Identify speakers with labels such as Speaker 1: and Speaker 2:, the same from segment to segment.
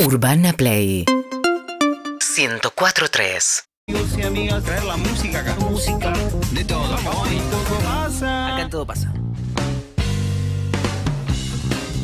Speaker 1: Urbana Play 104.3
Speaker 2: Amigos y amigas, traer la música acá. Música de todo. pasa?
Speaker 3: Acá todo pasa.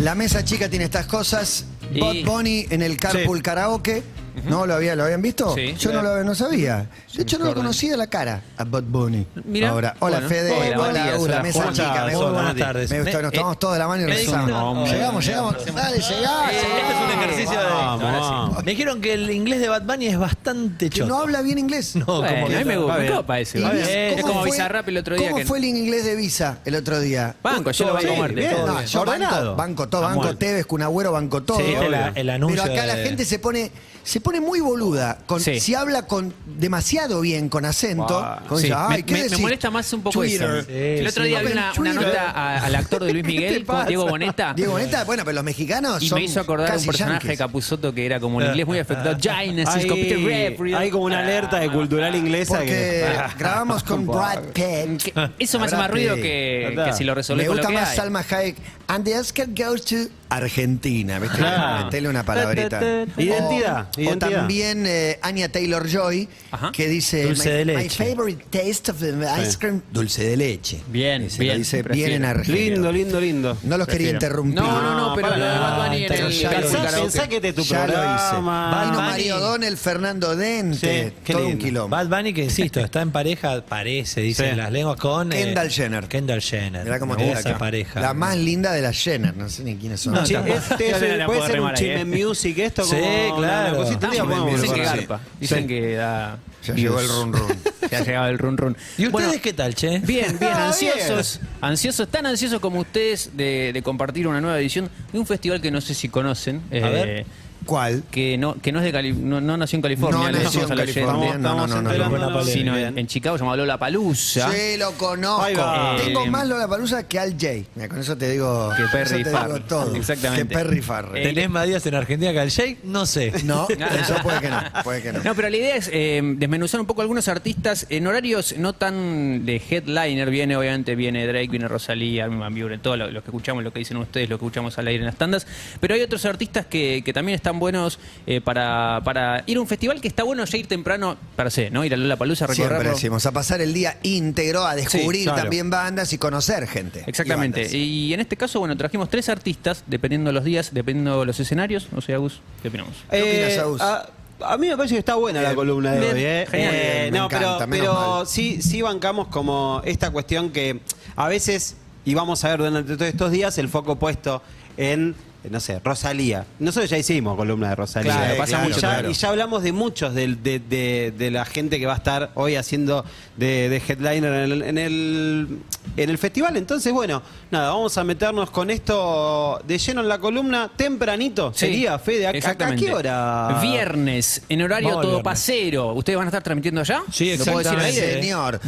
Speaker 4: La mesa chica tiene estas cosas.
Speaker 3: Y-
Speaker 4: Bot Bunny en el Carpool Karaoke. ¿No lo, había, lo habían visto?
Speaker 3: Sí.
Speaker 4: Yo no lo no sabía. De hecho, no lo conocía la cara a Bot Bunny.
Speaker 3: Mira.
Speaker 4: Ahora, hola
Speaker 3: Bueno.
Speaker 4: Fede,
Speaker 3: Hola,
Speaker 4: hola,
Speaker 3: Matías,
Speaker 4: Agus, la
Speaker 3: hola,
Speaker 4: mesa
Speaker 3: Juan.
Speaker 4: chica.
Speaker 3: Hola,
Speaker 4: Me
Speaker 3: muy
Speaker 4: gusta.
Speaker 3: buenas tardes.
Speaker 4: Me gusta, nos
Speaker 3: Eh,
Speaker 4: tomamos todos de la mano y
Speaker 3: me
Speaker 4: regresamos.
Speaker 3: dijo- no,
Speaker 4: llegamos, llegamos. Dale, llegá,
Speaker 3: Este es un ejercicio de. Ahora sí. Me dijeron que el inglés de Bad Bunny es bastante
Speaker 4: Que
Speaker 3: choto.
Speaker 4: no habla bien inglés.
Speaker 3: No,
Speaker 5: Bueno,
Speaker 3: como
Speaker 5: a mí me gusta,
Speaker 3: Va
Speaker 5: me
Speaker 3: bien.
Speaker 5: copa ese.
Speaker 4: ¿Y
Speaker 5: va
Speaker 4: Liz,
Speaker 5: bien.
Speaker 3: Eh,
Speaker 5: es
Speaker 4: cómo
Speaker 5: como
Speaker 4: fue-
Speaker 5: Bizarrap el otro día.
Speaker 4: ¿Cómo
Speaker 5: que-
Speaker 4: fue el inglés de Visa el otro día?
Speaker 5: Banco, yo lo banco
Speaker 3: Sí,
Speaker 5: a muerte.
Speaker 3: bien.
Speaker 5: todo
Speaker 4: No,
Speaker 5: bien.
Speaker 4: yo banco,
Speaker 3: Ordenado.
Speaker 4: banco todo,
Speaker 3: A
Speaker 4: banco
Speaker 3: muerte.
Speaker 4: Tevez, Cunagüero, banco todo.
Speaker 3: Sí,
Speaker 5: este
Speaker 3: viste la- el anuncio
Speaker 4: Pero acá la
Speaker 3: de-
Speaker 4: gente se pone, se pone muy boluda. con-
Speaker 5: Sí.
Speaker 4: Si habla con demasiado bien, con acento,
Speaker 5: Ah,
Speaker 4: con
Speaker 5: sí.
Speaker 4: dice,
Speaker 5: Me-
Speaker 4: ay, ¿qué
Speaker 5: me, me
Speaker 4: decís?
Speaker 5: molesta más un poco
Speaker 4: Twitter.
Speaker 5: eso. el otro
Speaker 4: sí.
Speaker 5: día vi una, una
Speaker 4: Twitter.
Speaker 5: nota a- al actor de Luis
Speaker 4: ¿Qué te
Speaker 5: Miguel,
Speaker 4: pasa?
Speaker 5: con Diego Boneta.
Speaker 4: Diego Boneta, bueno, pero los mexicanos
Speaker 5: y
Speaker 4: son
Speaker 5: me hizo acordar a un
Speaker 4: casi
Speaker 5: personaje de
Speaker 4: yanquis.
Speaker 5: Capuzoto que era como en inglés muy afectado. Giants,
Speaker 6: Hay-
Speaker 5: computer referee.
Speaker 6: Hay como una alerta de cultural inglesa
Speaker 4: Porque grabamos con Brad Pitt.
Speaker 5: Eso me hace
Speaker 4: Brad
Speaker 5: más ruido
Speaker 4: Pitt.
Speaker 5: que,
Speaker 6: Verdad.
Speaker 5: que si lo resolvés
Speaker 4: Me
Speaker 5: con lo
Speaker 4: gusta
Speaker 5: que
Speaker 4: más
Speaker 5: hay.
Speaker 4: Salma Hayek. And the Oscar goes to Argentina. ¿viste?
Speaker 6: Claro.
Speaker 4: Metele una palabrita.
Speaker 6: Identidad,
Speaker 4: O, o
Speaker 6: identidad.
Speaker 4: también eh, Anya Taylor-Joy,
Speaker 5: Ajá.
Speaker 4: que dice...
Speaker 6: Dulce
Speaker 4: my,
Speaker 6: de
Speaker 4: My
Speaker 6: leche".
Speaker 4: favorite taste of the ice
Speaker 6: Sí.
Speaker 4: cream... Dulce de leche.
Speaker 5: Bien,
Speaker 4: Y se
Speaker 5: bien,
Speaker 4: Lo dice
Speaker 5: prefiero.
Speaker 4: bien en
Speaker 6: que...
Speaker 4: Argentina.
Speaker 6: Lindo, lindo, lindo.
Speaker 4: No los quería interrumpir.
Speaker 5: No, no, no,
Speaker 6: No,
Speaker 5: pero
Speaker 6: para
Speaker 5: lo de
Speaker 6: nada.
Speaker 5: Bad Bunny en
Speaker 4: Pero
Speaker 5: el
Speaker 4: ya lo
Speaker 5: karaoke.
Speaker 4: hice.
Speaker 6: Pensá, pensá que te tu
Speaker 4: ya
Speaker 6: programa.
Speaker 4: lo hice. Vino
Speaker 6: Bad
Speaker 4: Mario
Speaker 6: Bunny.
Speaker 4: Donel, Fernando Dente,
Speaker 6: Sí, qué
Speaker 4: todo un
Speaker 6: lindo.
Speaker 4: quilombo.
Speaker 7: Bad Bunny, que insisto, está en pareja, parece, dicen
Speaker 6: Sí.
Speaker 7: las lenguas, con. eh,
Speaker 4: Kendall Jenner.
Speaker 7: Kendall Jenner.
Speaker 4: Mirá cómo
Speaker 7: Me
Speaker 4: te da
Speaker 7: gusta
Speaker 4: acá.
Speaker 7: esa pareja.
Speaker 4: La más linda de las Jenner. No sé ni quiénes son.
Speaker 6: No, chi- este es
Speaker 3: Ya
Speaker 6: el-
Speaker 3: la puedo
Speaker 6: puede ser un
Speaker 3: remar ahí,
Speaker 6: chisme
Speaker 3: eh.
Speaker 6: music esto
Speaker 7: Sí,
Speaker 6: como
Speaker 7: claro.
Speaker 6: una cosita,
Speaker 5: Ah,
Speaker 6: ya podemos
Speaker 5: Dicen que
Speaker 6: hablar.
Speaker 5: garpa. Dicen que da.
Speaker 4: Ya llegó el run run.
Speaker 5: Ya ha llegado el run run.
Speaker 7: ¿Y ustedes
Speaker 5: Bueno,
Speaker 7: qué tal, che?
Speaker 5: Bien, bien,
Speaker 6: Ah,
Speaker 5: ansiosos, ansiosos, tan ansiosos como ustedes de, de compartir una nueva edición de un festival que no sé si conocen, eh,
Speaker 7: ver.
Speaker 4: ¿Cuál?
Speaker 5: que no que no es de Cali- no, no nació en California,
Speaker 4: No
Speaker 5: le
Speaker 4: nació
Speaker 5: decimos
Speaker 4: en
Speaker 5: a la gente,
Speaker 4: California, no, no,
Speaker 6: Estamos
Speaker 4: no, no,
Speaker 6: enterándonos.
Speaker 7: no, no, no.
Speaker 5: sino
Speaker 6: Bien.
Speaker 5: en, en Chicago llamado Lola Palusa.
Speaker 4: Sí, lo conozco.
Speaker 6: Ahí va.
Speaker 4: Tengo
Speaker 5: Eh,
Speaker 4: más Lola Palusa que al Jay. Mira, con eso te digo.
Speaker 5: Que
Speaker 4: con
Speaker 5: Perry
Speaker 4: eso te
Speaker 5: Farr.
Speaker 4: digo todo.
Speaker 5: Exactamente.
Speaker 4: Que Perry Farr.
Speaker 5: Eh,
Speaker 7: ¿Tenés más días en Argentina que al Jake? No sé.
Speaker 4: no, eso puede que no. Puede que no.
Speaker 5: No, pero la idea es eh, desmenuzar un poco algunos artistas en horarios no tan de headliner. Viene, obviamente, viene Drake, viene Rosalía, Armin Buren, todo lo, lo que escuchamos, lo que dicen ustedes, lo que escuchamos al aire en las tandas. Pero hay otros artistas que, que también están buenos eh, para, para ir a un festival que está bueno ya ir temprano, per se, ¿no? Ir a Lola Palusa,
Speaker 4: Siempre
Speaker 5: recorrerlo.
Speaker 4: decimos, a pasar el día íntegro, a descubrir
Speaker 5: Sí, claro.
Speaker 4: también bandas y conocer gente.
Speaker 5: Exactamente.
Speaker 4: Y
Speaker 5: Y, en este caso, bueno, trajimos tres artistas, dependiendo los días, dependiendo los escenarios. No sé, Agus, ¿qué opinamos?
Speaker 4: ¿Qué opinas,
Speaker 6: Eh,
Speaker 4: Agus?
Speaker 6: a- A mí me parece que está buena la
Speaker 4: Eh,
Speaker 6: columna de
Speaker 4: bien,
Speaker 6: hoy. ¿eh?
Speaker 4: genial.
Speaker 6: Eh,
Speaker 4: Bien, me
Speaker 6: no,
Speaker 4: encanta,
Speaker 6: pero,
Speaker 4: menos
Speaker 6: pero
Speaker 4: mal.
Speaker 6: sí, sí bancamos como esta cuestión que a veces, y vamos a ver durante todos estos días, el foco puesto en, no sé, Rosalía. Nosotros ya hicimos columna de Rosalía.
Speaker 4: Claro,
Speaker 6: Eh,
Speaker 4: pasa
Speaker 6: y
Speaker 4: mucho,
Speaker 6: ya-
Speaker 4: claro.
Speaker 6: Y ya hablamos de muchos del- de, de- de la gente que va a estar hoy haciendo de, de headliner en el, en, el, en el festival. Entonces, bueno, nada, vamos a meternos con esto de lleno en la columna tempranito.
Speaker 5: Sí,
Speaker 6: Sería, Fede, ¿a, a- a
Speaker 5: exactamente.
Speaker 6: qué hora?
Speaker 5: Viernes, en horario
Speaker 7: Vamos
Speaker 5: todo
Speaker 7: viernes.
Speaker 5: pasero. ¿Ustedes van a estar transmitiendo allá?
Speaker 7: Sí,
Speaker 5: ¿Lo puedo decir al
Speaker 7: exactamente.
Speaker 5: aire?
Speaker 4: Señor.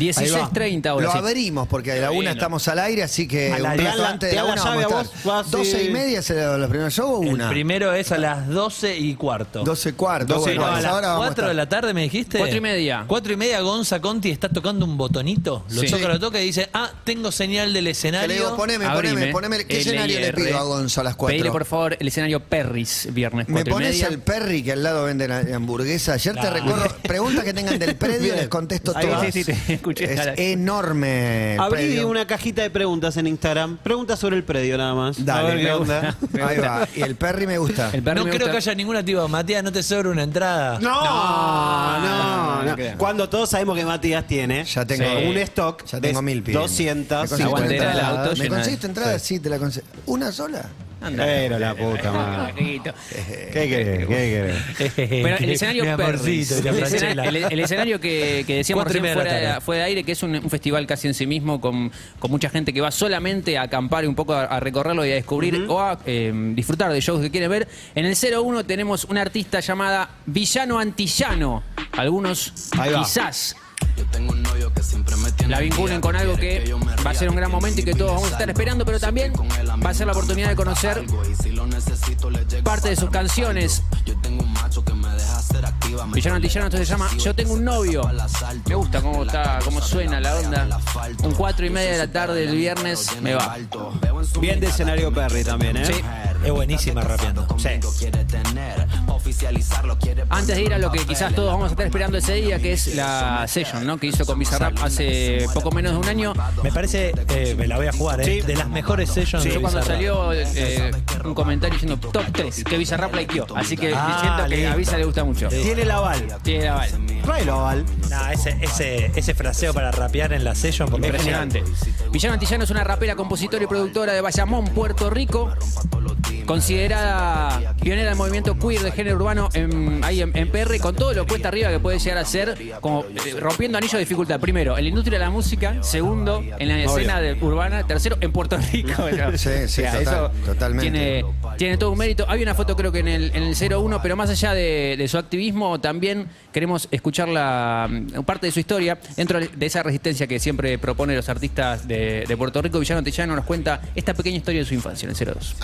Speaker 5: 16.30
Speaker 4: Lo
Speaker 5: horas. sí.
Speaker 4: abrimos porque a la una estamos al aire, así que
Speaker 6: A la-
Speaker 4: un
Speaker 6: te
Speaker 4: rato
Speaker 6: hago la-
Speaker 4: antes de
Speaker 6: te
Speaker 4: la
Speaker 6: hago
Speaker 4: una
Speaker 6: llave
Speaker 4: vamos
Speaker 6: a
Speaker 4: a
Speaker 6: vos,
Speaker 4: estar.
Speaker 6: vas,
Speaker 4: Doce
Speaker 6: sí.
Speaker 4: y media será los primeros shows o una.
Speaker 7: El primero es a las 12 y cuarto.
Speaker 4: 12 cuarto.
Speaker 6: Doce,
Speaker 7: No,
Speaker 4: bueno, a
Speaker 7: a
Speaker 4: esa
Speaker 7: las
Speaker 4: hora vamos a
Speaker 7: 4
Speaker 4: estar.
Speaker 7: de la tarde me dijiste.
Speaker 5: Cuatro y media.
Speaker 7: 4 y media Gonza Conti está tocando un botonito. Lo
Speaker 5: Sí.
Speaker 7: toca, lo toca y dice, ah, tengo señal del
Speaker 4: Que le
Speaker 7: escenario.
Speaker 4: digo, poneme, poneme,
Speaker 5: Abrime,
Speaker 4: poneme. ¿Qué
Speaker 5: LIR.
Speaker 4: escenario le pido a Gonzo a las 4?
Speaker 5: Pedile, por favor, el escenario Perris, viernes
Speaker 4: Me
Speaker 5: 4 y
Speaker 4: pones
Speaker 5: media.
Speaker 4: el Perry que al lado venden a- hamburguesa. Ayer te
Speaker 7: Nah.
Speaker 4: recuerdo, preguntas que tengan del predio,
Speaker 6: Bien.
Speaker 4: les contesto
Speaker 5: Ahí va.
Speaker 4: todas.
Speaker 5: Sí, sí, te escuché.
Speaker 4: Es
Speaker 5: Dale.
Speaker 4: enorme. el
Speaker 6: Abrí
Speaker 4: predio.
Speaker 6: una cajita de preguntas en Instagram. Preguntas sobre el predio nada más.
Speaker 4: Dale,
Speaker 6: a ver qué
Speaker 4: me
Speaker 6: onda.
Speaker 4: gusta. Ahí va. Y el Perry me gusta.
Speaker 5: El Perry
Speaker 7: no
Speaker 5: me
Speaker 7: creo
Speaker 5: gusta.
Speaker 7: que haya ninguna tipo, Matías, no te sobra una entrada.
Speaker 6: No,
Speaker 5: no,
Speaker 6: no,
Speaker 5: no
Speaker 6: no.
Speaker 5: creo.
Speaker 6: Cuando todos sabemos que Matías tiene
Speaker 4: Ya tengo
Speaker 5: Sí.
Speaker 6: un stock
Speaker 4: Ya tengo
Speaker 6: de
Speaker 4: mil pies.
Speaker 6: 200.
Speaker 5: conseguiste
Speaker 6: cincuenta
Speaker 5: Aguantera del
Speaker 6: entradas.
Speaker 5: auto
Speaker 4: ¿Me
Speaker 5: llena de-
Speaker 4: conseguiste entrada? Sí, te la conseguí. ¿Una sola? Eh,
Speaker 5: Anda.
Speaker 6: Pero la puta madre.
Speaker 5: Amiguito.
Speaker 6: ¿Qué querés? ¿Qué querés?
Speaker 5: Bueno, el escenario Perris.
Speaker 7: perrito.
Speaker 5: El, escena- el- el escenario que, que decíamos
Speaker 7: Cuatro y media
Speaker 5: recién
Speaker 7: de la
Speaker 5: fuera,
Speaker 7: tarde.
Speaker 5: fue de aire, que es un, un festival casi en sí mismo, con, con mucha gente que va solamente a acampar y un poco a, a recorrerlo y a descubrir o a eh, disfrutar de shows que quiere ver. En el 01 tenemos una artista llamada Villano Antillano. Algunos
Speaker 6: Ahí va.
Speaker 5: quizás la vinculen con algo que va a ser un gran momento y que todos vamos a estar esperando, pero también va a ser la oportunidad de conocer parte de sus canciones. Villano Antillano entonces se llama Yo tengo un novio. Me gusta cómo está, cómo suena la onda. Un cuatro y media de la tarde del viernes me va.
Speaker 6: Bien de escenario Perry también, ¿eh?
Speaker 5: Sí.
Speaker 7: Es buenísima rapeando.
Speaker 6: Sí.
Speaker 1: oficializarlo quiere
Speaker 5: Antes de ir a lo que quizás todos vamos a estar esperando ese día, que es la session, ¿no? Que hizo con Bizarrap hace poco menos de un año.
Speaker 7: Me parece, eh, me la voy a jugar, ¿eh? De las mejores sessions de
Speaker 5: Yo cuando
Speaker 7: Bizarrap.
Speaker 5: salió eh, un comentario diciendo top 3 que Bizarrap likeó. Así que
Speaker 7: Ah,
Speaker 5: diciendo que a
Speaker 7: listo.
Speaker 5: Visa le gusta mucho.
Speaker 7: Tiene el aval.
Speaker 5: Tiene la bala.
Speaker 6: Tráelo, Val.
Speaker 7: Nah, ese, ese, ese fraseo para rapear en la session. Porque es
Speaker 5: Impresionante. Villano Antillano es una rapera, compositora y productora de Bayamón, Puerto Rico. Considerada pionera del movimiento queer de género urbano en, ahí en, en PR, con todo lo cuesta arriba que puede llegar a ser, como eh, rompiendo anillos de dificultad. Primero, en la industria de la música. Segundo, en la escena de- urbana. Tercero, en Puerto Rico. ¿no?
Speaker 4: Sí, sí, total, totalmente.
Speaker 5: Tiene, tiene todo un mérito. Hay una foto, creo que en el, en el 01, pero más allá de, de su activismo, también queremos escuchar la, mm, parte de su historia dentro de esa resistencia que siempre propone los artistas de, de Puerto Rico. Villano Antillano nos cuenta esta pequeña historia de su infancia en el 02.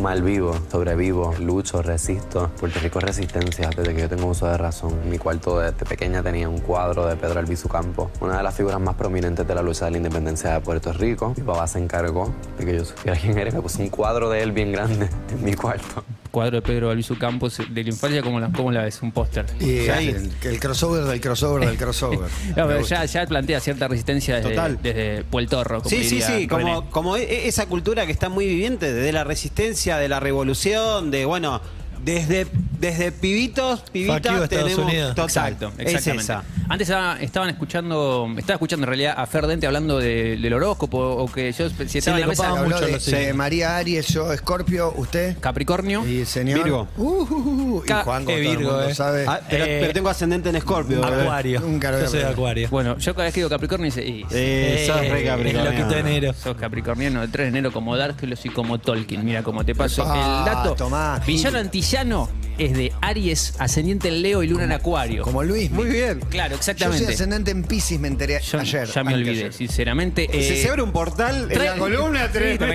Speaker 8: Mal vivo, sobrevivo, lucho, resisto. Puerto Rico es resistencia desde que yo tengo uso de razón. En mi cuarto desde pequeña tenía un cuadro de Pedro Albizu Campo, una de las figuras más prominentes de la lucha de la independencia de Puerto Rico. Mi papá se encargó de que yo supiera quién era, y me puso un cuadro de él bien grande en mi cuarto.
Speaker 5: Cuadro de Pedro Albizu Campos de la infancia, ¿cómo la, cómo la ves? Un póster.
Speaker 4: Y el, el crossover del crossover del crossover.
Speaker 5: No,
Speaker 4: Me
Speaker 5: pero
Speaker 4: gusta.
Speaker 5: ya, ya plantea cierta resistencia desde,
Speaker 6: Total.
Speaker 5: desde Puerto Rico.
Speaker 6: Sí, sí, sí, como, como e- e- esa cultura que está muy viviente, de la resistencia, de la revolución, de bueno, desde, desde pibitos, pibitas
Speaker 7: Fuck you, Estados
Speaker 6: tenemos
Speaker 7: Unidos.
Speaker 6: total.
Speaker 5: Exacto,
Speaker 6: es
Speaker 5: exactamente.
Speaker 6: esa.
Speaker 5: Antes estaba- estaban escuchando, estaba escuchando en realidad a Fer Dente hablando de- del horóscopo o que yo si estaba
Speaker 7: le
Speaker 5: en la mesa
Speaker 7: copaba
Speaker 4: Habló
Speaker 7: mucho
Speaker 4: de-
Speaker 7: los
Speaker 4: de María Aries, yo, Escorpio, usted.
Speaker 5: Capricornio.
Speaker 4: Y señor.
Speaker 6: Virgo.
Speaker 4: Uh, uh, uh, uh, y
Speaker 5: Ca-
Speaker 4: Juan, como
Speaker 7: eh,
Speaker 4: todo el
Speaker 7: Virgo,
Speaker 4: mundo
Speaker 7: eh.
Speaker 4: sabe.
Speaker 6: Ah, pero,
Speaker 7: Eh,
Speaker 6: pero tengo ascendente en Eh, Escorpio. bebé.
Speaker 7: Acuario.
Speaker 4: Nunca lo voy
Speaker 7: Yo
Speaker 4: a
Speaker 7: soy de
Speaker 4: aprender.
Speaker 7: Acuario.
Speaker 5: Bueno, yo cada vez que digo Capricornio dice, y,
Speaker 6: Eh, sos re Capricornio.
Speaker 7: El loquito de enero.
Speaker 5: sos Capricorniano del 3 de enero como Darkelos y como Tolkien. Mira cómo te paso
Speaker 4: Epa,
Speaker 5: el dato.
Speaker 4: tomá,
Speaker 5: Villano Antillano es de Aries, ascendente en Leo y luna en Acuario.
Speaker 4: Como Luis.
Speaker 6: Muy bien.
Speaker 5: Claro,
Speaker 4: Yo soy
Speaker 5: exactamente.
Speaker 4: ascendente en Pisces, me enteré
Speaker 5: Yo
Speaker 4: ayer.
Speaker 5: ya me olvidé,
Speaker 4: anteayer.
Speaker 5: sinceramente.
Speaker 6: Se,
Speaker 5: Eh,
Speaker 6: se abre un portal en la
Speaker 5: Trae-
Speaker 6: columna.
Speaker 5: Sí,
Speaker 6: tremendo.
Speaker 5: me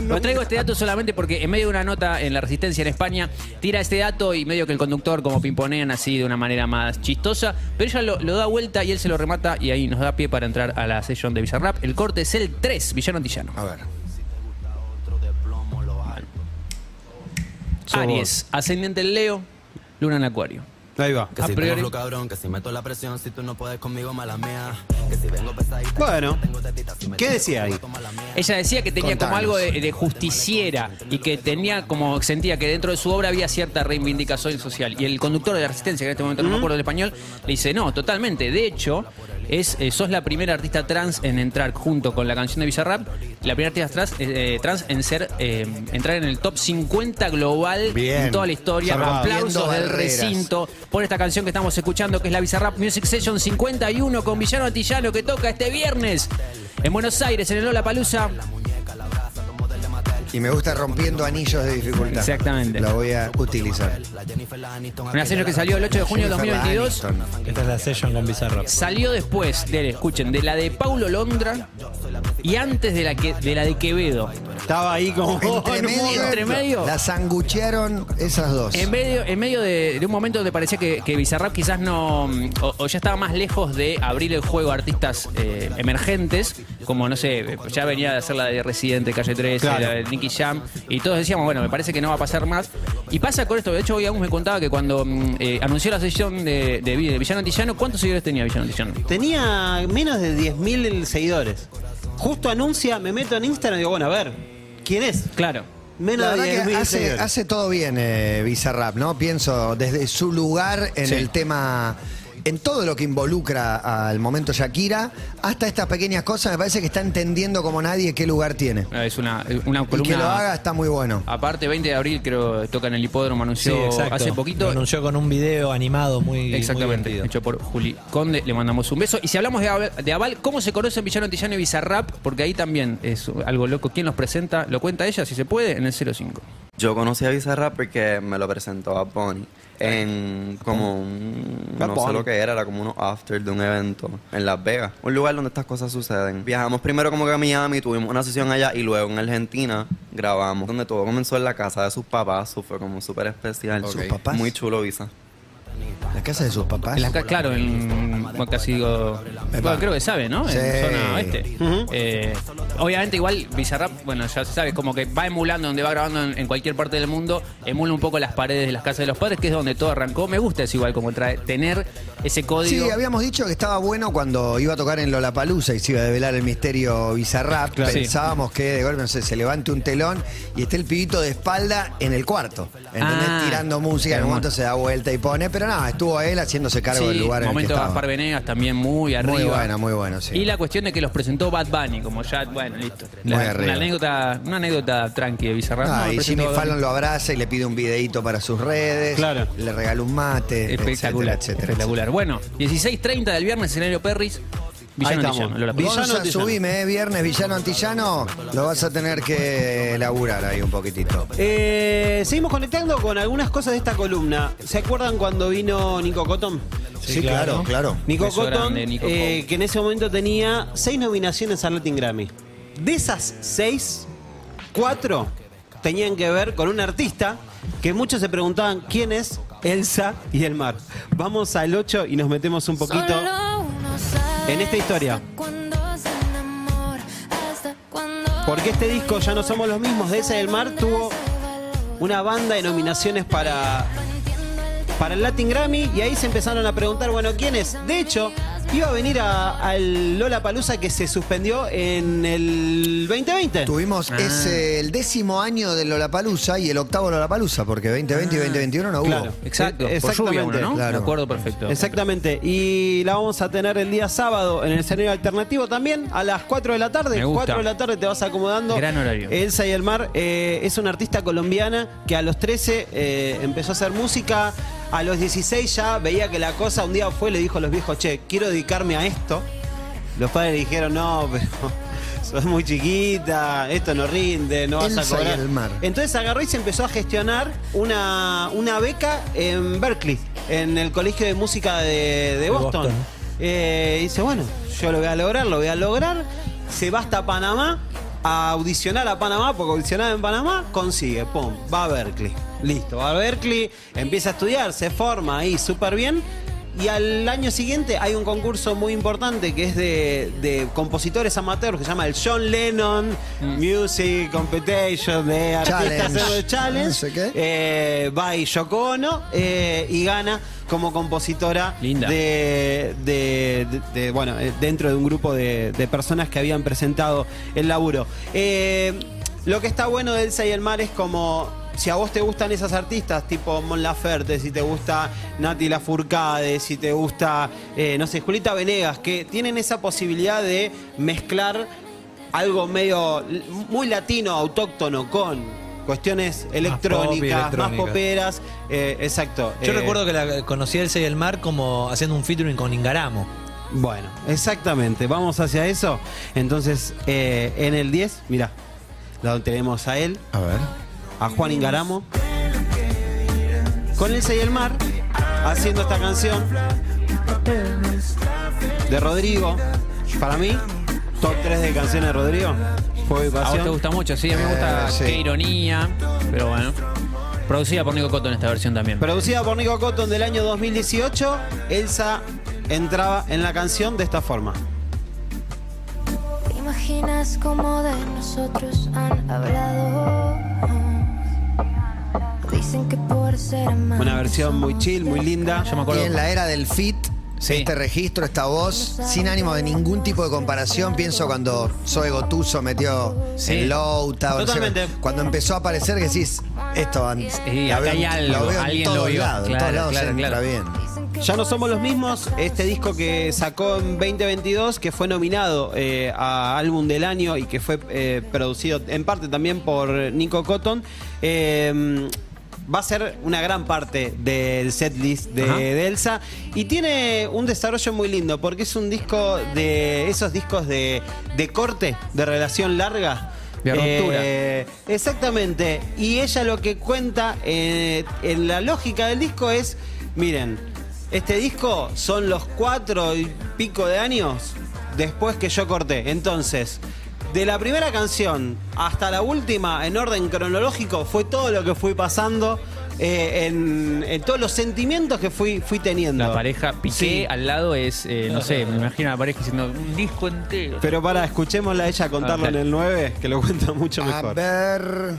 Speaker 6: No-
Speaker 5: Lo traigo este dato solamente porque en medio de una nota en La Resistencia en España tira este dato y medio que el conductor como pimponean así de una manera más chistosa, pero ella lo, lo da vuelta y él se lo remata y ahí nos da pie para entrar a la sesión de Villarrap. El corte es el 3, Villano Antillano.
Speaker 4: A ver.
Speaker 5: Aries, ascendente en Leo, luna en Acuario.
Speaker 6: Ahí va.
Speaker 1: Que
Speaker 5: A
Speaker 1: si
Speaker 5: priori-
Speaker 1: te hablo, cabrón, que si meto la presión, si tú no puedes conmigo, mala mía. Que si vengo pesadita,
Speaker 6: Bueno,
Speaker 1: tengo tetita, si me
Speaker 6: ¿qué
Speaker 1: tiro,
Speaker 6: decía ahí?
Speaker 1: toma la mía.
Speaker 5: Ella decía que tenía como
Speaker 4: Contanos.
Speaker 5: algo de, de justiciera y que tenía como sentía que dentro de su obra había cierta reivindicación social. Y el conductor de la resistencia, que en este momento no me acuerdo del español, le dice, no, totalmente. De hecho, es, eh, sos la primera artista trans en entrar junto con la canción de Bizarrap, la primera artista trans, eh, eh, trans en ser eh, entrar en el top 50 global
Speaker 4: Bien.
Speaker 5: en toda la historia.
Speaker 4: Zarpado.
Speaker 5: Aplausos
Speaker 4: Rompiendo
Speaker 5: del
Speaker 4: barreras.
Speaker 5: recinto por esta canción que estamos escuchando, que es la Bizarrap Music Session 51 con Villano Antillano, que toca este viernes en Buenos Aires, en el Lola Palusa.
Speaker 4: Y me gusta rompiendo anillos de dificultad.
Speaker 5: Exactamente.
Speaker 4: La voy a utilizar.
Speaker 5: Una serie que salió el 8 de junio de 2022.
Speaker 4: Jennifer Aniston.
Speaker 7: Esta es la session con Bizarrap.
Speaker 5: Salió después de, escuchen, de la de Paulo Londra y antes de la que de la de Quevedo.
Speaker 6: Estaba ahí como.
Speaker 4: Entre
Speaker 6: en un
Speaker 4: medio,
Speaker 5: entre medio.
Speaker 4: La sanguchearon esas dos.
Speaker 5: En medio, en medio de, de un momento donde parecía que, que Bizarrap quizás no. mm, O, o ya estaba más lejos de abrir el juego a artistas eh, emergentes, como no sé, ya venía de hacer la de Residente, Calle 13,
Speaker 6: Claro.
Speaker 5: la de Nicky Jam, y todos decíamos, bueno, me parece que no va a pasar más. Y pasa con esto, de hecho, hoy aún me contaba que cuando mm, eh, anunció la sesión de, de, Vi- de Villano Antillano, ¿cuántos seguidores tenía Villano Antillano?
Speaker 6: Tenía menos de 10.000 seguidores. Justo anuncia, me meto en Instagram y digo, bueno, a ver, ¿quién es?
Speaker 5: Claro.
Speaker 4: La
Speaker 6: Menos
Speaker 4: verdad
Speaker 6: de 10.000
Speaker 4: que hace,
Speaker 6: seguidores.
Speaker 4: hace todo bien eh, Bizarrap, ¿no? Pienso desde su lugar en el tema, en todo lo que involucra al momento Shakira, hasta estas pequeñas cosas, me parece que está entendiendo como nadie qué lugar tiene.
Speaker 5: Ah, Es una, una
Speaker 4: Y
Speaker 5: columna.
Speaker 4: que lo haga está muy bueno.
Speaker 5: Aparte, 20 de abril, creo, toca en el hipódromo,
Speaker 7: Sí,
Speaker 5: anunció
Speaker 7: exacto.
Speaker 5: hace poquito.
Speaker 7: Lo anunció con un video animado muy.
Speaker 5: Exactamente,
Speaker 7: muy divertido.
Speaker 5: hecho por Juli Conde, le mandamos un beso. Y si hablamos de Aval, de Aval, ¿cómo se conocen Villano Antillano y Bizarrap? Porque ahí también es algo loco. ¿Quién los presenta? Lo cuenta ella, si se puede, en el 05.
Speaker 8: Yo conocí a Bizarrap porque me lo presentó a Bonnie en como un,
Speaker 6: Bad
Speaker 8: no sé
Speaker 6: Bunny.
Speaker 8: lo que era, era como uno after de un evento en Las Vegas, un lugar donde estas cosas suceden. Viajamos primero como que a Miami, tuvimos una sesión allá y luego en Argentina grabamos, donde todo comenzó en la casa de sus papás, eso fue como súper especial.
Speaker 4: ¿Sus papás?
Speaker 8: Muy chulo, Visa.
Speaker 4: La casa de sus papás.
Speaker 5: En la ca- claro, en bueno, casi digo. bueno, creo que sabe, ¿no? En
Speaker 4: Sí.
Speaker 5: zona oeste. Eh, obviamente igual Bizarrap, bueno, ya se sabe, como que va emulando donde va grabando en, en cualquier parte del mundo, emula un poco las paredes de las casas de los padres, que es donde todo arrancó. Me gusta es igual como trae- tener ese
Speaker 4: Sí,
Speaker 5: código.
Speaker 4: habíamos dicho que estaba bueno cuando iba a tocar en Lollapalooza y se iba a develar el misterio Bizarrap.
Speaker 5: Claro.
Speaker 4: Pensábamos que de golpe no sé, se levante un telón y esté el pibito de espalda en el cuarto. ¿entendés?
Speaker 5: Ah.
Speaker 4: Tirando música, en un momento se da vuelta y pone, pero nada, estuvo él haciéndose cargo
Speaker 5: Sí,
Speaker 4: del lugar en el que
Speaker 5: momento de
Speaker 4: estaba.
Speaker 5: Gaspar Venegas también muy arriba.
Speaker 4: muy bueno, muy bueno, sí.
Speaker 5: Y la cuestión de que los presentó Bad Bunny, como ya, bueno, listo.
Speaker 4: Muy
Speaker 5: La-
Speaker 4: arriba.
Speaker 5: una anécdota, una anécdota tranqui de Bizarrap.
Speaker 4: Ah,
Speaker 5: No,
Speaker 4: y
Speaker 5: presentó
Speaker 4: Jimmy
Speaker 5: a Bad
Speaker 4: Fallon
Speaker 5: Bunny.
Speaker 4: lo abraza y le pide un videíto para sus redes.
Speaker 6: Claro.
Speaker 4: Le regala un mate. etcétera,
Speaker 5: Espectacular,
Speaker 4: etcétera,
Speaker 5: espectacular. Bueno, 16.30 del viernes, escenario Perris, Villano
Speaker 6: estamos.
Speaker 5: Antillano, Lola Palusa.
Speaker 6: Villano
Speaker 4: Gonza,
Speaker 6: Antillano.
Speaker 4: subime, eh, viernes, villano antillano, lo vas a tener que laburar ahí un poquitito.
Speaker 6: Eh, seguimos conectando con algunas cosas de esta columna. ¿Se acuerdan cuando vino Nico Cotton?
Speaker 4: Sí, claro, claro.
Speaker 6: Nico
Speaker 5: Beso
Speaker 6: Cotton,
Speaker 5: grande, Nico
Speaker 6: eh,
Speaker 5: Cotton.
Speaker 6: que en ese momento tenía seis nominaciones al Latin Grammy. De esas seis, cuatro tenían que ver con un artista que muchos se preguntaban quién es Elsa y el mar. Vamos al 8 y nos metemos un poquito. en esta historia. Porque este disco Ya no somos los mismos de ese del mar tuvo una banda de nominaciones para para el Latin Grammy y ahí se empezaron a preguntar, bueno, ¿quién es? De hecho, iba a venir a- al Lola Palusa que se suspendió en el 2020.
Speaker 4: Tuvimos es eh, el décimo año de Lollapalooza y el octavo Lollapalooza, porque 2020 y 2021 no hubo.
Speaker 6: Claro.
Speaker 5: Exacto, por
Speaker 6: Exactamente,
Speaker 5: lluvia uno, ¿no?
Speaker 4: claro.
Speaker 5: Me acuerdo perfecto.
Speaker 6: Exactamente, y la vamos a tener el día sábado en el escenario alternativo también a las 4 de la tarde.
Speaker 5: Me gusta.
Speaker 6: 4 de la tarde te vas acomodando.
Speaker 5: Gran horario.
Speaker 6: Elsa y el Mar eh, es una artista colombiana que a los 13 eh, empezó a hacer música. A los 16 ya veía que la cosa un día fue, le dijo a los viejos, che, quiero dedicarme a esto. Los padres le dijeron, no, pero sos muy chiquita, esto no rinde, no vas a
Speaker 4: Elsa y
Speaker 6: cobrar.
Speaker 4: el Mar.
Speaker 6: Entonces agarró y se empezó a gestionar una, una beca en Berkeley, en el Colegio de Música de, de Boston.
Speaker 7: Boston.
Speaker 6: Eh, dice, bueno, yo lo voy a lograr, lo voy a lograr. Se va hasta Panamá a audicionar a Panamá, porque audicionaba en Panamá, consigue, pum, va a Berkeley. Listo, va a Berkeley, empieza a estudiar, se forma ahí súper bien. Y al año siguiente hay un concurso muy importante que es de, de compositores amateurs que se llama el John Lennon Music Competition de Artistas
Speaker 4: Challenge.
Speaker 6: Ever Challenge.
Speaker 4: No sé qué.
Speaker 6: Eh, va y Yoko Ono, eh, y gana como compositora
Speaker 5: Linda.
Speaker 6: De, de- de- de- bueno eh, dentro de un grupo de, de personas que habían presentado el laburo. Eh, lo que está bueno de Elsa y el Mar es como si a vos te gustan esas artistas tipo Mon Laferte, si te gusta Nati Lafourcade, si te gusta eh, no sé Julita Venegas, que tienen esa posibilidad de mezclar algo medio l- muy latino, autóctono, con cuestiones electrónicas, más,
Speaker 7: electrónica.
Speaker 6: poperas. eh, exacto.
Speaker 7: Yo
Speaker 6: eh,
Speaker 7: recuerdo que la conocí a Elsa y el Mar como haciendo un featuring con Ingaramo.
Speaker 6: Bueno, exactamente. Vamos hacia eso. Entonces, eh, en el 10, mirá, donde tenemos a él,
Speaker 4: A ver.
Speaker 6: a Juan Ingaramo, con Elsa y el Mar, haciendo esta canción de Rodrigo. Para mí, top 3 de canciones de Rodrigo. Fuego y
Speaker 5: A vos te
Speaker 6: pasión.
Speaker 5: gusta mucho, sí, a mí me gusta
Speaker 4: Eh, sí.
Speaker 5: qué ironía, pero bueno. Producida por Nico Cotton esta versión también.
Speaker 6: Producida por Nico Cotton del año 2018, Elsa entraba en la canción de esta forma.
Speaker 9: ¿Te imaginas cómo de nosotros han hablado? Dicen que por ser amantes
Speaker 6: Una versión muy chill, muy linda.
Speaker 5: Yo
Speaker 4: Y
Speaker 5: me acuerdo.
Speaker 4: en la era del fit,
Speaker 5: Sí.
Speaker 4: este registro, esta voz, sin ánimo de ningún tipo de comparación, pienso cuando Zoe Gotuso metió
Speaker 5: Sí.
Speaker 4: en Low Tower,
Speaker 6: Totalmente.
Speaker 4: o sea, cuando empezó a aparecer que decís, esto an-
Speaker 5: Sí,
Speaker 4: la
Speaker 5: acá
Speaker 4: veo en-
Speaker 5: hay algo,
Speaker 4: lo veo en
Speaker 5: alguien lo
Speaker 4: todos
Speaker 5: vio.
Speaker 4: lados, en
Speaker 5: Claro,
Speaker 4: todos lados
Speaker 5: claro,
Speaker 4: entra
Speaker 5: claro.
Speaker 4: bien.
Speaker 6: Ya no somos los mismos. Este disco que sacó en 2022, que fue nominado eh, a álbum del año y que fue eh, producido en parte también por Nico Cotton. eh, Va a ser una gran parte del setlist de,
Speaker 5: Ajá.
Speaker 6: de Elsa y tiene un desarrollo muy lindo porque es un disco de esos discos de, de corte, de relación larga.
Speaker 5: De ruptura.
Speaker 6: Eh, exactamente. Y ella lo que cuenta eh, en la lógica del disco es, miren, este disco son los cuatro y pico de años después que yo corté. Entonces, de la primera canción hasta la última, en orden cronológico, fue todo lo que fui pasando eh, en, en todos los sentimientos que fui, fui teniendo.
Speaker 5: La pareja Piqué
Speaker 6: Sí.
Speaker 5: al lado es, eh, no sé, me imagino a la pareja diciendo un disco entero.
Speaker 6: Pero para, escuchémosla a ella contarlo
Speaker 5: Ah,
Speaker 6: en
Speaker 5: dale.
Speaker 6: el 9, que lo cuenta mucho
Speaker 4: A
Speaker 6: mejor.
Speaker 4: ver.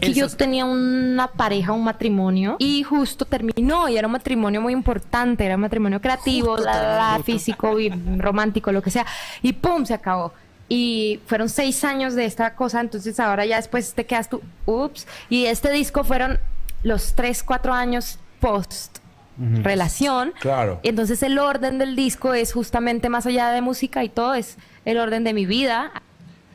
Speaker 10: que
Speaker 5: Elsa-
Speaker 10: yo tenía una pareja, un matrimonio, y justo terminó, y era un matrimonio muy importante, era un matrimonio creativo, la, la, la, físico, y romántico, lo que sea, y ¡pum! se acabó. Y fueron seis años de esta cosa, entonces ahora ya después te quedas tú, ups, y este disco fueron los tres, cuatro años post relación.
Speaker 11: Claro.
Speaker 10: Y entonces el orden del disco es justamente más allá de música y todo, es el orden de mi vida.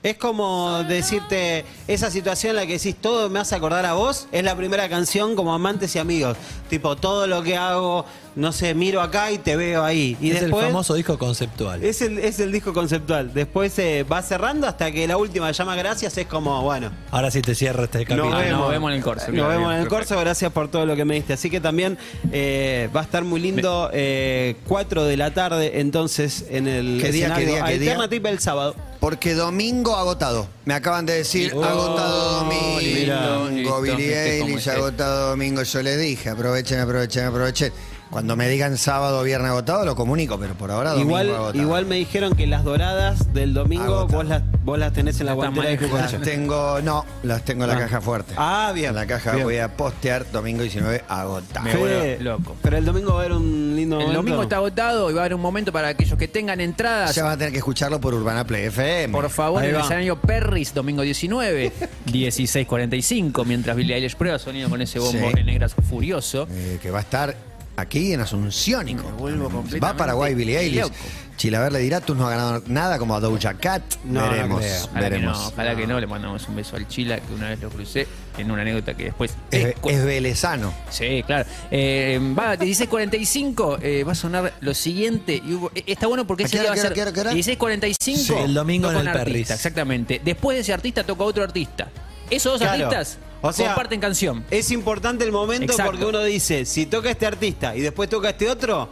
Speaker 6: Es como decirte, esa situación en la que decís todo me hace acordar a vos, es la primera canción como amantes y amigos. Tipo, todo lo que hago, no sé, miro acá y te veo ahí. Y
Speaker 11: es
Speaker 6: después.
Speaker 11: el famoso disco conceptual.
Speaker 6: es el, es el disco conceptual. Después se va cerrando hasta que la última llama gracias es como, bueno,
Speaker 7: Ahora sí te cierra este capítulo.
Speaker 5: vemos. nos vemos en el corso,
Speaker 6: Nos
Speaker 5: claro,
Speaker 6: vemos
Speaker 5: bien,
Speaker 6: en el
Speaker 5: perfecto.
Speaker 6: corso, gracias por todo lo que me diste. Así que también eh, va a estar muy lindo, eh, 4 de la tarde, entonces, en el
Speaker 4: ¿Qué día, qué
Speaker 6: escenario
Speaker 4: día, qué día?
Speaker 6: Alternativa el sábado.
Speaker 4: Porque domingo agotado. Me acaban de decir agotado domingo.
Speaker 5: lindo, Oh, listo,
Speaker 4: Billie
Speaker 5: este es como
Speaker 4: Eilish,
Speaker 5: este.
Speaker 4: agotado domingo. Yo les dije, aprovechen, aprovechen, aprovechen. Cuando me digan sábado o viernes agotado, lo comunico, pero por ahora domingo
Speaker 6: Igual,
Speaker 4: agotado.
Speaker 6: igual me dijeron que las doradas del domingo
Speaker 4: Agotado.
Speaker 6: vos las, vos las tenés en la
Speaker 5: Las
Speaker 6: guantera de
Speaker 5: tamañas.
Speaker 6: Cucaracha.
Speaker 4: Las tengo, no, las tengo en la caja fuerte.
Speaker 6: Ah, bien.
Speaker 4: En la caja
Speaker 6: bien.
Speaker 4: voy a postear domingo 19 agotado.
Speaker 5: Me
Speaker 6: Fede,
Speaker 5: vuelvo loco.
Speaker 6: Pero el domingo va a haber un lindo
Speaker 5: El
Speaker 6: momento.
Speaker 5: domingo está agotado y va a haber un momento para aquellos que tengan entradas.
Speaker 4: Ya van a tener que escucharlo por Urbana Play FM.
Speaker 5: Por favor,
Speaker 6: Ahí
Speaker 5: en el
Speaker 6: va.
Speaker 5: escenario Perris, domingo 19, 16.45, mientras Billie Eilish prueba sonido con ese bombo
Speaker 4: Sí.
Speaker 5: en negras furioso.
Speaker 4: Eh, que va a estar aquí en Asunción.
Speaker 5: Y me vuelvo
Speaker 4: Va a
Speaker 5: completamente
Speaker 4: Paraguay Billie Eilish.
Speaker 5: loco.
Speaker 4: Chilaver le dirá, tú no ha ganado nada como a Doja Cat.
Speaker 6: No, no
Speaker 4: veremos,
Speaker 6: creo.
Speaker 5: Ojalá
Speaker 4: veremos.
Speaker 5: que no, ojalá que no. Le mandamos un beso al Chila, que una vez lo crucé en una anécdota que después.
Speaker 4: Es,
Speaker 5: te cu-
Speaker 4: es velezano.
Speaker 5: Sí, claro. Eh, va, 16.45, eh, va a sonar lo siguiente. Y hubo- eh, está bueno porque
Speaker 4: ¿A
Speaker 5: ese
Speaker 4: qué
Speaker 5: día va
Speaker 4: hora,
Speaker 5: a
Speaker 4: qué hora,
Speaker 5: ser
Speaker 4: qué hora, qué hora?
Speaker 5: 16.45.
Speaker 11: Sí, el domingo
Speaker 5: toca un
Speaker 11: en el
Speaker 5: artista,
Speaker 11: Perris.
Speaker 5: Exactamente. Después de ese artista toca otro artista. Esos dos
Speaker 6: Claro.
Speaker 5: artistas
Speaker 6: O sea,
Speaker 5: comparten canción.
Speaker 6: Es importante el momento
Speaker 5: Exacto.
Speaker 6: porque uno dice, si toca este artista y después toca este otro,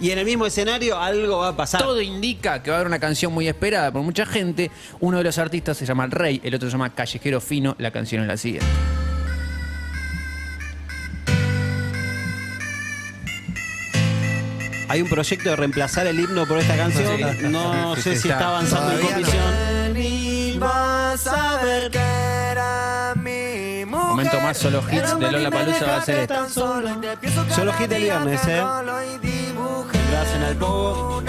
Speaker 6: y en el mismo escenario algo va a pasar.
Speaker 5: Todo indica que va a haber una canción muy esperada por mucha gente. Uno de los artistas se llama El Rey, el otro se llama Callejero Fino. La canción es la siguiente.
Speaker 6: Hay un proyecto de reemplazar el himno por esta canción.
Speaker 5: Sí.
Speaker 6: No
Speaker 5: Sí,
Speaker 6: sé
Speaker 5: sí,
Speaker 6: si
Speaker 5: está.
Speaker 6: está avanzando en
Speaker 4: Todavía no.
Speaker 6: comisión.
Speaker 5: Momento más solo hits de Lola Palusa va a ser este.
Speaker 6: Solo hit el viernes, ¿eh? Gracias al pogo.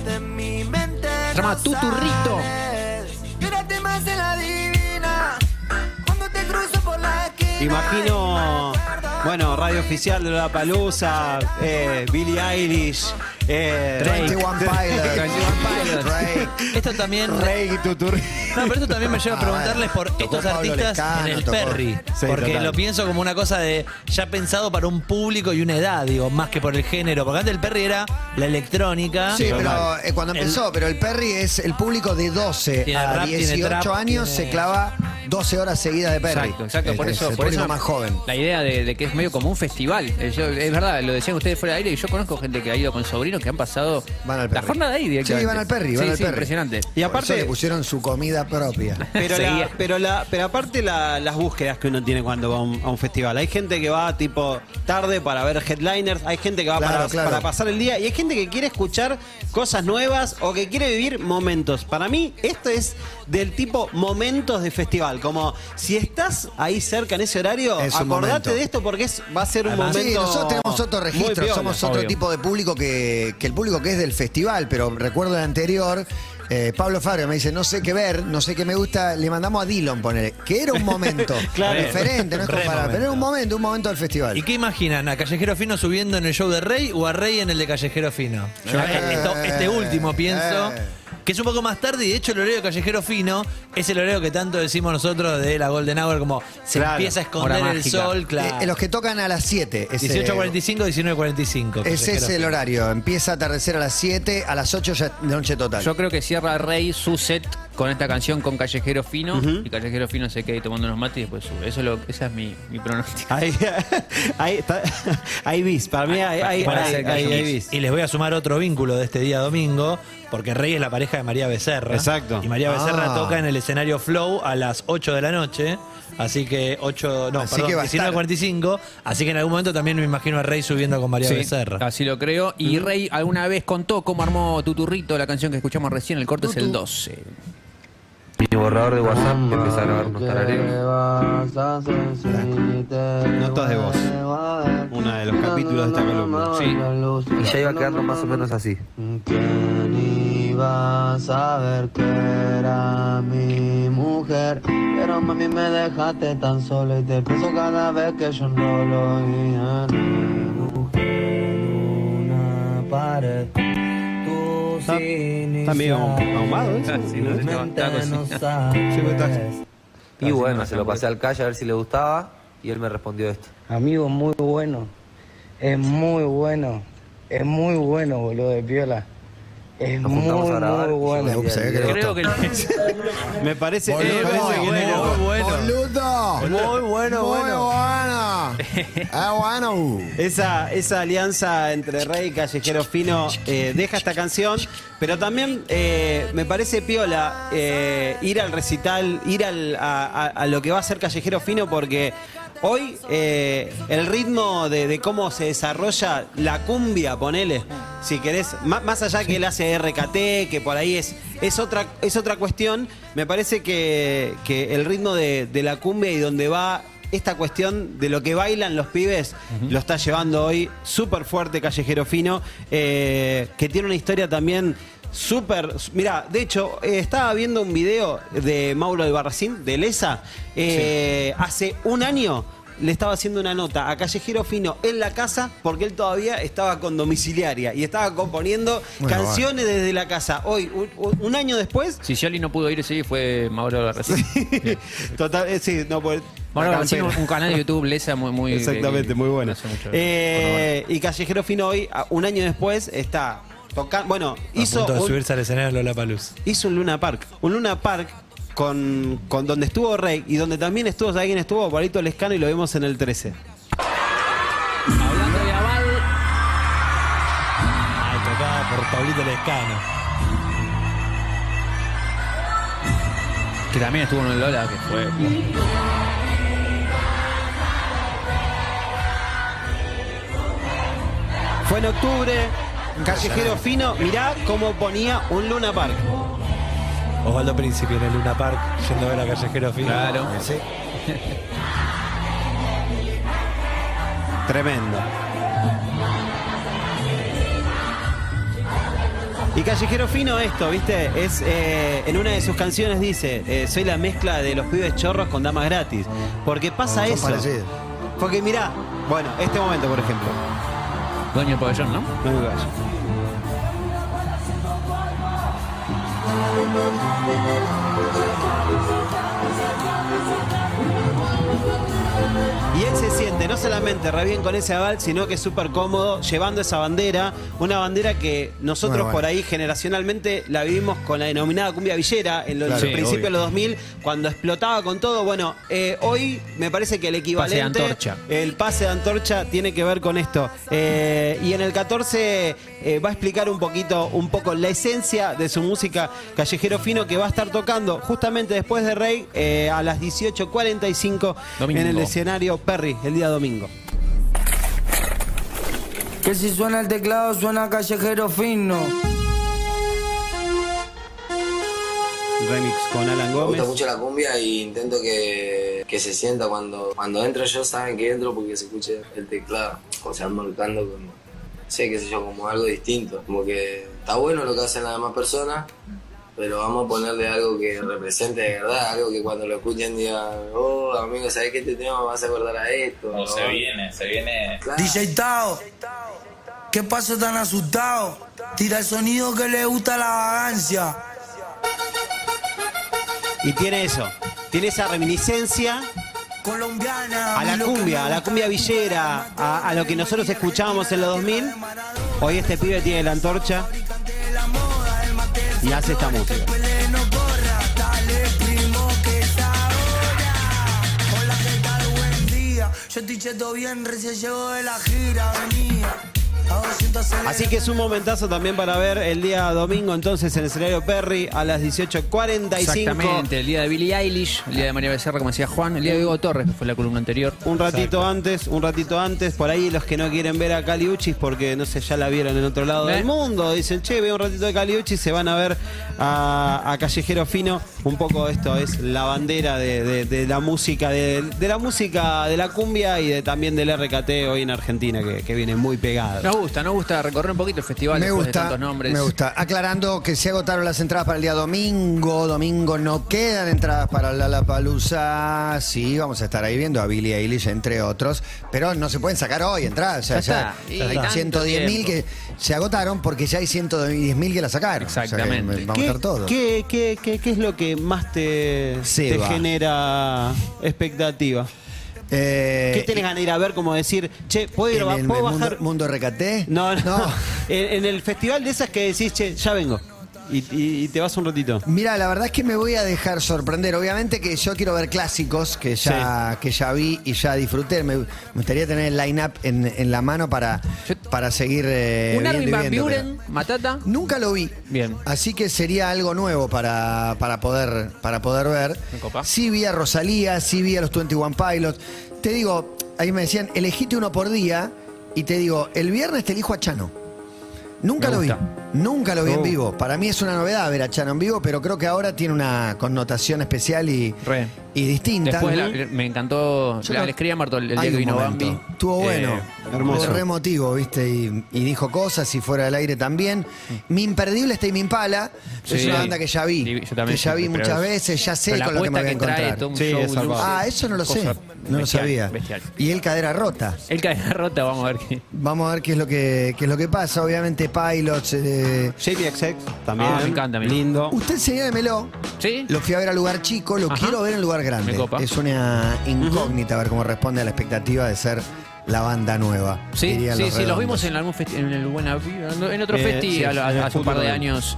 Speaker 5: Se llama Tuturrito.
Speaker 6: Imagino, bueno, Radio Oficial de La Palusa, Billie Eilish, eh,
Speaker 5: Drake.
Speaker 4: 21 Pilot.
Speaker 5: 21 Pilots.
Speaker 4: Drake.
Speaker 11: Esto también.
Speaker 4: Rey Tuturri.
Speaker 11: No, pero esto también me lleva a
Speaker 4: Ah,
Speaker 11: preguntarles por
Speaker 4: tocó
Speaker 11: estos
Speaker 4: Pablo
Speaker 11: artistas
Speaker 4: Lescano,
Speaker 11: en el
Speaker 4: tocó-
Speaker 11: Perry.
Speaker 6: Sí,
Speaker 11: porque
Speaker 6: total.
Speaker 11: lo pienso como una cosa de ya pensado para un público y una edad, digo, más que por el género. Porque antes el Perry era la electrónica.
Speaker 4: Sí, pero eh, cuando empezó, pero el Perry es el público de 12
Speaker 11: Tiene
Speaker 4: a
Speaker 11: rap, tiene
Speaker 4: 18
Speaker 11: trap,
Speaker 4: años,
Speaker 11: tiene-
Speaker 4: se clava 12 horas seguidas de Perry.
Speaker 5: Exacto, exacto.
Speaker 4: Es-
Speaker 5: Por
Speaker 4: es
Speaker 5: eso,
Speaker 4: el
Speaker 5: por
Speaker 4: público
Speaker 5: eso
Speaker 4: más joven.
Speaker 5: La idea de, de que es medio como un festival. Eh, yo- es verdad, lo decían ustedes fuera de aire y yo conozco gente que ha ido con sobrinos que han pasado
Speaker 4: Van al
Speaker 5: la
Speaker 4: Perry.
Speaker 5: jornada ahí directamente.
Speaker 4: Sí, van al Perry, van
Speaker 5: Sí,
Speaker 4: al
Speaker 5: sí,
Speaker 4: Perry.
Speaker 5: impresionante.
Speaker 6: Y
Speaker 4: Por eso
Speaker 6: aparte,
Speaker 4: le pusieron su comida propia.
Speaker 6: Pero, la,
Speaker 5: Seguía.
Speaker 6: pero, la, pero aparte la- las búsquedas que uno tiene cuando va a un, a un festival. Hay gente que va tipo tarde para ver headliners, hay gente que va
Speaker 4: Claro,
Speaker 6: para,
Speaker 4: claro.
Speaker 6: para pasar el día y hay gente que quiere escuchar cosas nuevas o que quiere vivir momentos. Para mí esto es del tipo momentos de festival. Como si estás ahí cerca en ese horario,
Speaker 4: Es un momento.
Speaker 6: acordate de esto porque es, va a ser un
Speaker 4: Sí,
Speaker 6: momento...
Speaker 4: nosotros tenemos otro
Speaker 6: muy
Speaker 4: registro,
Speaker 6: piola.
Speaker 4: somos otro
Speaker 5: obvio.
Speaker 4: tipo de público que, que el público que es del festival, pero recuerdo el anterior, eh, Pablo Fabio me dice, no sé qué ver, no sé qué me gusta, le mandamos a Dillon poner, que era un momento
Speaker 6: Claro.
Speaker 4: diferente, no es
Speaker 11: Re
Speaker 4: comparable, pero era un momento, un momento del festival.
Speaker 11: ¿Y qué imaginan? ¿A Callejero Fino subiendo en el show de Rey o a Rey en el de Callejero Fino? Yo
Speaker 4: Eh,
Speaker 11: esto- este último pienso.
Speaker 4: eh.
Speaker 11: Que es un poco más tarde y de hecho el horario de Callejero Fino es el horario que tanto decimos nosotros de la Golden Hour, como se
Speaker 6: Claro,
Speaker 11: empieza a
Speaker 5: hora
Speaker 11: esconder el
Speaker 5: mágica.
Speaker 11: sol, claro.
Speaker 4: Eh, los que tocan a las 7. ese-
Speaker 11: 18.45, 19.45.
Speaker 4: Ese
Speaker 11: Callejero
Speaker 4: es el
Speaker 11: Fino.
Speaker 4: horario, empieza a atardecer a las 7, a las 8 ya noche total.
Speaker 5: Yo creo que cierra Rey su set con esta canción con Callejero Fino y Callejero Fino se quede tomando unos mates y después sube. Eso es lo, esa es mi, mi pronóstico.
Speaker 6: Ahí, ahí está, ahí bis, para mí hay, hay,
Speaker 11: Para
Speaker 6: hay-
Speaker 11: ser
Speaker 6: hay- hay
Speaker 11: callejero.
Speaker 6: bis.
Speaker 11: y les voy a sumar otro vínculo de este día domingo, porque Rey es la pareja de María Becerra.
Speaker 6: Exacto.
Speaker 11: Y María Becerra
Speaker 6: Ah.
Speaker 11: toca en el escenario Flow a las 8 de la noche. Así que 8, no,
Speaker 4: Así
Speaker 11: perdón,
Speaker 4: que va a
Speaker 11: 19.45. Así que en algún momento también me imagino a Rey subiendo con María
Speaker 5: Sí,
Speaker 11: Becerra.
Speaker 5: Así lo creo. Y Rey alguna vez contó cómo armó Tuturrito, la canción que escuchamos recién, el corte es el
Speaker 12: Eh,
Speaker 5: 12.
Speaker 8: Mi borrador de WhatsApp empieza a grabar unos
Speaker 6: Notas de voz. Uno de los capítulos de esta columna.
Speaker 8: Sí. Y ya iba quedando más o menos así.
Speaker 13: iba a saber que era mi mujer Pero mami me dejaste tan solo Y te pienso cada vez que yo enrolo Y a mi mujer una pared Tú sin
Speaker 6: Está medio ahumado ¿eh? eso.
Speaker 8: Y bueno, se lo pasé al calle a ver si le gustaba y él me respondió esto.
Speaker 12: Amigo, muy bueno. Es muy bueno. Es muy bueno, boludo, de piola. Es muy, muy
Speaker 8: juntamos a grabar.
Speaker 12: bueno.
Speaker 8: Ups, eh, que le Creo
Speaker 6: Me parece, eh,
Speaker 12: Boludo,
Speaker 6: me
Speaker 5: Eh,
Speaker 6: parece que
Speaker 12: bueno,
Speaker 6: no.
Speaker 4: Boludo.
Speaker 6: Muy bueno,
Speaker 4: Muy
Speaker 6: bueno.
Speaker 4: bueno. Ah, bueno.
Speaker 6: Esa, esa alianza entre Rey y Callejero Fino eh, deja esta canción, pero también eh, me parece piola eh, ir al recital, ir al- a, a- a lo que va a ser Callejero Fino, porque hoy eh, el ritmo de, de cómo se desarrolla la cumbia, ponele, si querés, má- más allá que él hace RKT, que por ahí es, es, otra, es otra cuestión, me parece que, que el ritmo de, de la cumbia y donde va esta cuestión de lo que bailan los pibes lo está llevando hoy súper fuerte Callejero Fino, eh, que tiene una historia también súper... Mira, de hecho, eh, estaba viendo un video de Mauro Albarracín, de Lesa, eh, hace un año. Le estaba haciendo una nota a Callejero Fino en la casa porque él todavía estaba con domiciliaria y estaba componiendo
Speaker 5: Bueno,
Speaker 6: canciones desde la casa. Hoy, un- un- un año después,
Speaker 5: Si Yoli no pudo ir ese día fue Mauro Albarracín.
Speaker 6: Total, eh, sí, no por.
Speaker 5: Mauro
Speaker 6: la
Speaker 5: Albarracín,
Speaker 6: campera.
Speaker 5: un canal de YouTube, Lesa, muy... muy
Speaker 6: Exactamente, muy buena.
Speaker 5: hace mucho-
Speaker 6: Eh, y Callejero Fino hoy, a- un año después, está tocando. Bueno,
Speaker 7: a
Speaker 6: hizo
Speaker 7: punto de
Speaker 6: un,
Speaker 7: subirse al escenario de Lollapalooza.
Speaker 6: hizo un Luna Park. Un Luna Park con, con donde estuvo Rey y donde también estuvo, ¿sabés quién estuvo? Palito Lescano y lo vimos en el 13.
Speaker 5: Hablando de Aval,
Speaker 11: Ay, tocada por Pablito Lescano.
Speaker 5: que también estuvo en el Lola, que fue...
Speaker 6: Fue en octubre. Callejero Fino, mirá cómo ponía un Luna Park.
Speaker 11: Osvaldo Príncipe en el Luna Park, yendo a ver a Callejero Fino.
Speaker 5: Claro.
Speaker 11: Sí.
Speaker 6: Tremendo. Y Callejero Fino esto, ¿viste? Es eh, en una de sus canciones dice, eh, soy la mezcla de los pibes chorros con damas gratis. Porque pasa
Speaker 4: Son
Speaker 6: eso.
Speaker 4: parecidos.
Speaker 6: Porque mirá, bueno, este momento, por ejemplo.
Speaker 5: Dueño del pabellón, ¿no?
Speaker 6: No me vayas. Y él se siente no solamente re bien con ese aval, sino que es súper cómodo llevando esa bandera, una bandera que nosotros
Speaker 11: Bueno, bueno.
Speaker 6: por ahí generacionalmente la vivimos con la denominada cumbia villera en los
Speaker 11: Claro.
Speaker 6: en los
Speaker 11: Sí,
Speaker 6: principios
Speaker 11: obvio.
Speaker 6: de los 2000, cuando explotaba con todo. Bueno, eh, hoy me parece que el equivalente...
Speaker 5: antorcha.
Speaker 6: El pase de antorcha tiene que ver con esto. Eh, y en el 14 eh, va a explicar un poquito, un poco la esencia de su música Callejero Fino que va a estar tocando justamente después de Rey eh, a las 18.45
Speaker 5: Domingo.
Speaker 6: en el escenario Perry, el día domingo.
Speaker 13: Que si suena el teclado suena callejero fino
Speaker 6: Remix con Alan
Speaker 14: Me gusta
Speaker 6: Gómez.
Speaker 14: mucho la cumbia y intento que, que se sienta cuando, cuando entro yo saben que entro porque se escuche el teclado. O sea, marcando como, no sé, qué sé yo, como algo distinto. Como que está bueno lo que hacen las demás personas, pero vamos a ponerle algo que represente de verdad, algo que cuando lo escuchen digan, oh amigo, ¿sabes qué este tema me vas a acordar a esto?
Speaker 15: No, se viene, se viene.
Speaker 13: DJ Tao ¿Qué pasa tan asustado? Tira el sonido que le gusta la vagancia
Speaker 6: Y tiene eso, tiene esa reminiscencia
Speaker 13: Colombiana
Speaker 6: a la cumbia, a la cumbia villera, a, a lo que nosotros escuchábamos en los 2000. Hoy este pibe tiene la antorcha y hace esta música.
Speaker 13: no corra
Speaker 16: Yo estoy cheto bien, recién llego de la gira, venía. A 200 acelerando.
Speaker 6: Así que es un momentazo también para ver el día domingo entonces en el escenario Perry a las 18.45.
Speaker 5: Exactamente, el día de Billie Eilish, el día de María Becerra, como decía Juan, el día de Diego Torres, que fue la columna anterior.
Speaker 6: Un ratito antes, un ratito antes, por ahí los que no quieren ver a Cali Uchis porque no sé, ya la vieron en otro lado
Speaker 5: ¿Eh?
Speaker 6: del mundo, dicen, che, veo un ratito de Cali Uchis, se van a ver a, a Callejero Fino. Un poco esto es la bandera de, de- de la música, de, de la música de la cumbia y de, también del RKT hoy en Argentina, que, que viene muy pegado.
Speaker 5: Nos gusta, nos gusta recorrer un poquito el festival
Speaker 4: Me
Speaker 5: después pues, de
Speaker 4: gusta,
Speaker 5: tantos nombres.
Speaker 4: me gusta. Aclarando que se agotaron las entradas para el día domingo. Domingo no quedan entradas para la Palusa. Sí, vamos a estar ahí viendo a Billie Eilish, entre otros. Pero no se pueden sacar hoy entradas. O sea,
Speaker 5: Ya
Speaker 4: ya,
Speaker 5: está.
Speaker 4: ya
Speaker 5: Y
Speaker 4: hay
Speaker 5: tanto
Speaker 4: 110 mil que
Speaker 5: tiempo.
Speaker 4: se agotaron porque ya hay 110 mil que la sacaron. O sea que
Speaker 5: Exactamente.
Speaker 4: vamos a
Speaker 6: ¿Qué,
Speaker 4: estar todos.
Speaker 6: qué- qué- qué- qué es lo que más te, te
Speaker 4: va.
Speaker 6: genera expectativa? ¿Qué tenés ganas de ir a ver? Como decir, che, ¿puedo, ir,
Speaker 4: Eh, ¿En
Speaker 6: a-
Speaker 4: el
Speaker 6: ¿puedo
Speaker 4: mundo-
Speaker 6: bajar?
Speaker 4: mundo recaté?
Speaker 6: No, no. en, en el festival de esas que decís, che, ya vengo. Y, y- y te vas un ratito.
Speaker 4: Mira, la verdad es que me voy a dejar sorprender. Obviamente que yo quiero ver clásicos que ya, que ya vi y ya disfruté. Me, me gustaría tener el line-up en, en la mano para, para seguir eh,
Speaker 5: un
Speaker 4: viendo y
Speaker 5: Armin Van
Speaker 4: viendo,
Speaker 5: Buren, Matata.
Speaker 4: Nunca lo vi.
Speaker 5: Bien.
Speaker 4: pero- Así que sería algo nuevo para, para, poder, para poder ver. Sí vi a Rosalía, sí vi a los 21 Pilots. Te digo, ahí me decían, elegite uno por día y te digo, el viernes te elijo a Chano. Nunca
Speaker 5: Me
Speaker 4: lo vi.
Speaker 5: gusta.
Speaker 4: Nunca lo vi en
Speaker 5: Oh.
Speaker 4: vivo. Para mí es una novedad ver a Chano en vivo, pero creo que ahora tiene una connotación especial y,
Speaker 5: Re.
Speaker 4: y distinta.
Speaker 5: Después la- me encantó.
Speaker 4: Yo
Speaker 5: la-
Speaker 4: no-
Speaker 5: le escribí a Marto el, el
Speaker 4: Hay
Speaker 5: día que
Speaker 4: un
Speaker 5: vino
Speaker 4: momento.
Speaker 5: Bambi.
Speaker 4: Estuvo
Speaker 5: Eh,
Speaker 4: bueno.
Speaker 5: hermoso.
Speaker 4: Fue re emotivo, ¿viste? Y, y dijo cosas y fuera del aire también. Mi imperdible está y mi impala. es
Speaker 5: Sí.
Speaker 4: una banda que ya vi.
Speaker 5: Sí, yo
Speaker 4: que
Speaker 5: también
Speaker 4: ya
Speaker 5: sí,
Speaker 4: vi
Speaker 5: pero
Speaker 4: muchas
Speaker 5: es-
Speaker 4: veces, ya sé
Speaker 5: pero la
Speaker 4: con lo que me voy a
Speaker 5: apuesta que trae
Speaker 4: encontrar.
Speaker 5: todo un Sí, show es salvado.
Speaker 4: ah, eso no lo sé.
Speaker 5: Cosa
Speaker 4: No lo
Speaker 5: bestial,
Speaker 4: sabía.
Speaker 5: bestial.
Speaker 4: Y el cadera rota.
Speaker 5: El cadena rota, vamos a ver qué.
Speaker 4: Vamos a ver qué es lo que, qué es lo que pasa. Obviamente, Pilots. eh,
Speaker 6: JPXX también.
Speaker 5: Ah, me encanta, mira.
Speaker 6: Lindo.
Speaker 4: Usted señálemelo.
Speaker 5: Sí.
Speaker 4: Lo fui a ver al lugar chico, lo
Speaker 5: Ajá.
Speaker 4: quiero ver en lugar grande.
Speaker 5: Me copa.
Speaker 4: Es una incógnita a ver cómo responde a la expectativa de ser la banda nueva.
Speaker 5: Sí,
Speaker 4: dirían
Speaker 5: sí,
Speaker 4: los
Speaker 5: sí, los
Speaker 4: Redondos.
Speaker 5: vimos en algún festi- en el Buena Vi- en otro
Speaker 4: Eh,
Speaker 5: festi
Speaker 4: sí,
Speaker 5: a- a-
Speaker 4: en el
Speaker 5: hace un par de
Speaker 4: Fútbol.
Speaker 5: años.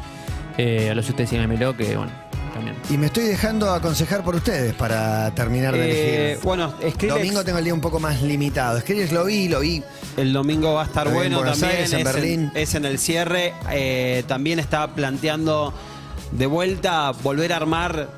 Speaker 5: eh, a los ustedes y Melo, que bueno, también.
Speaker 4: Y me estoy dejando aconsejar por ustedes para terminar de
Speaker 6: Eh,
Speaker 4: elegir.
Speaker 6: bueno, Skrillex-
Speaker 4: Domingo tengo el día un poco más limitado. Skrillex lo vi, lo vi.
Speaker 6: El domingo va a estar
Speaker 4: Lo vi en
Speaker 6: bueno
Speaker 4: Buenos
Speaker 6: también.
Speaker 4: Aires, en
Speaker 6: es,
Speaker 4: Berlín.
Speaker 6: es en el cierre. eh, también está planteando de vuelta volver a armar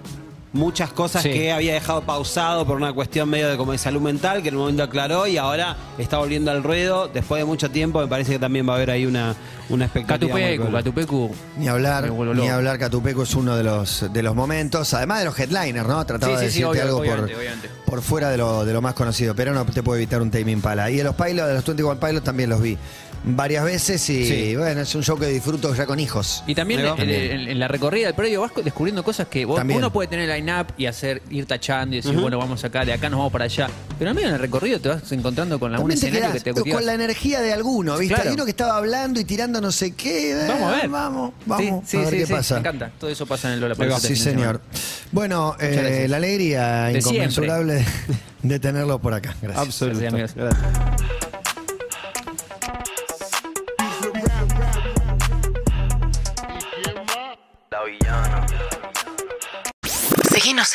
Speaker 6: muchas cosas
Speaker 5: Sí.
Speaker 6: que había dejado pausado por una cuestión medio de como de salud mental, que en un momento aclaró y ahora está volviendo al ruedo. Después de mucho tiempo, me parece que también va a haber ahí una, una expectativa. muy
Speaker 5: Catupecu,
Speaker 6: cool.
Speaker 5: Catupecu.
Speaker 4: Ni
Speaker 5: Me
Speaker 4: hablar,
Speaker 5: vuelvo
Speaker 4: ni
Speaker 5: loco.
Speaker 4: hablar Catupeco es uno de los, de los momentos, además de los headliners, ¿no? Trataba
Speaker 5: Sí, sí,
Speaker 4: de
Speaker 5: sí,
Speaker 4: decirte
Speaker 5: obvio,
Speaker 4: algo
Speaker 5: obviamente,
Speaker 4: por,
Speaker 5: obviamente.
Speaker 4: por fuera de lo, de lo más conocido, pero no te puedo evitar un Tame Impala. Y de los Pilots, de los 21 Pilots también los vi varias veces y
Speaker 5: Sí.
Speaker 4: bueno, es un show que disfruto ya con hijos.
Speaker 5: Y también
Speaker 4: Ahí va.
Speaker 5: en, en- en la recorrida del predio vasco descubriendo cosas que vos-
Speaker 4: También.
Speaker 5: uno puede tener line-up y hacer, ir tachando y decir,
Speaker 4: Ujú.
Speaker 5: bueno, vamos acá, de acá nos vamos para allá. Pero al medio en el recorrido te vas encontrando con algún
Speaker 4: También te
Speaker 5: escenario que
Speaker 4: quedás
Speaker 5: te
Speaker 4: con la energía de alguno, ¿viste?
Speaker 5: Claro.
Speaker 4: Hay uno que estaba hablando y tirando no sé qué. eh,
Speaker 5: Vamos a ver.
Speaker 4: Vamos, vamos a
Speaker 5: sí, sí,
Speaker 4: ver
Speaker 5: sí,
Speaker 4: qué
Speaker 5: sí,
Speaker 4: pasa.
Speaker 5: Me encanta. Todo eso pasa en el este Lola
Speaker 4: Sí, señor. Bueno, eh,
Speaker 5: gracias.
Speaker 4: la alegría
Speaker 5: De
Speaker 4: inconmensurable de, tenerlo por acá. Gracias.
Speaker 6: Absoluto.
Speaker 17: Síguenos